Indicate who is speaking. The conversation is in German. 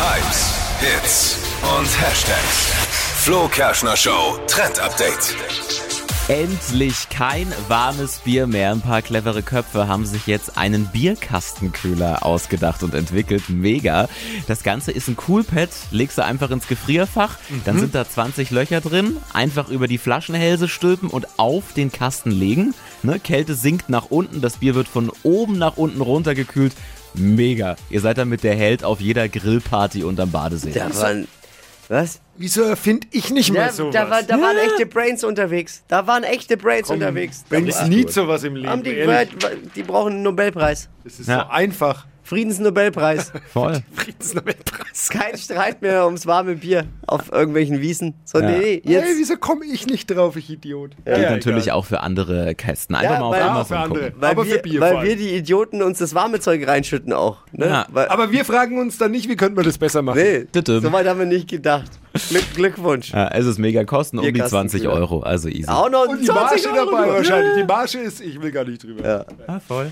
Speaker 1: Hypes, Hits und Hashtags. Flo Kerschner Show Trend Update.
Speaker 2: Endlich kein warmes Bier mehr. Ein paar clevere Köpfe haben sich jetzt einen Bierkastenkühler ausgedacht und entwickelt. Mega. Das Ganze ist ein Coolpad. Legst du einfach ins Gefrierfach.
Speaker 3: Mhm.
Speaker 2: Dann sind da 20 Löcher drin. Einfach über die Flaschenhälse stülpen und auf den Kasten legen. Ne? Kälte sinkt nach unten. Das Bier wird von oben nach unten runtergekühlt. Mega. Ihr seid damit der Held auf jeder Grillparty unterm Badesee.
Speaker 4: Da waren. Was?
Speaker 3: Wieso erfinde ich nicht
Speaker 4: Da,
Speaker 3: mal sowas?
Speaker 4: da, war, da waren echte Brains unterwegs. Da waren echte Brains unterwegs. Da
Speaker 3: Bringst nie sowas im Leben.
Speaker 4: haben Um die,
Speaker 3: ehrlich.
Speaker 4: gehört, die brauchen einen Nobelpreis.
Speaker 3: Das ist
Speaker 2: Ja.
Speaker 3: so einfach.
Speaker 4: Friedensnobelpreis.
Speaker 2: Voll.
Speaker 3: Friedensnobelpreis.
Speaker 4: Kein Streit mehr ums warme Bier auf irgendwelchen Wiesen. So,
Speaker 2: Ja.
Speaker 4: nee, nee,
Speaker 3: Hey,
Speaker 4: jetzt.
Speaker 3: wieso komme ich nicht drauf, ich Idiot?
Speaker 2: Gilt natürlich auch für andere Kästen. Einfach
Speaker 4: Ja,
Speaker 2: mal auf
Speaker 4: weil-
Speaker 2: Amazon
Speaker 3: für andere.
Speaker 2: gucken.
Speaker 4: Weil,
Speaker 3: Aber
Speaker 4: wir,
Speaker 3: für Bier vor
Speaker 4: weil
Speaker 3: allem.
Speaker 4: wir die Idioten uns das warme Zeug reinschütten auch. Ne?
Speaker 2: Ja.
Speaker 4: Weil,
Speaker 3: Aber wir fragen uns dann nicht, wie könnten wir das besser machen?
Speaker 4: nee,
Speaker 2: Tütüm.
Speaker 4: so weit haben wir nicht gedacht. Mit Glückwunsch.
Speaker 2: Ja, Äh, es ist mega kosten, um die
Speaker 4: Bierkasten
Speaker 2: 20
Speaker 4: wieder.
Speaker 2: Euro, also easy.
Speaker 4: Auch noch
Speaker 3: Und die
Speaker 4: 20
Speaker 3: Marge
Speaker 4: Euro
Speaker 3: dabei
Speaker 4: nur.
Speaker 3: wahrscheinlich. Die Marge ist, ich will gar nicht drüber.
Speaker 4: Ja.
Speaker 2: Ah, voll.